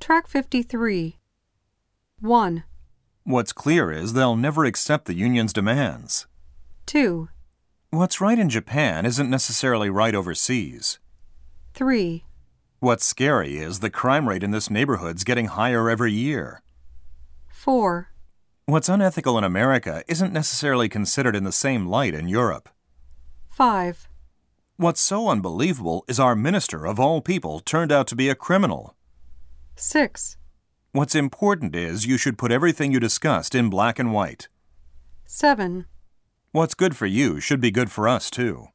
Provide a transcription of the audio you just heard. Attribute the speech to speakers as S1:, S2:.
S1: Track 53. 1,
S2: What's clear is they'll never accept the union's demands.
S1: 2,
S2: What's right in Japan isn't necessarily right overseas.
S1: 3,
S2: What's scary is the crime rate in this neighborhood's getting higher every year.
S1: 4,
S2: What's unethical in America isn't necessarily considered in the same light in Europe.
S1: 5.
S2: What's so unbelievable is our minister of all people turned out to be a criminal.
S1: 6,
S2: What's important is you should put everything you discussed in black and white.
S1: 7.
S2: What's good for you should be good for us, too.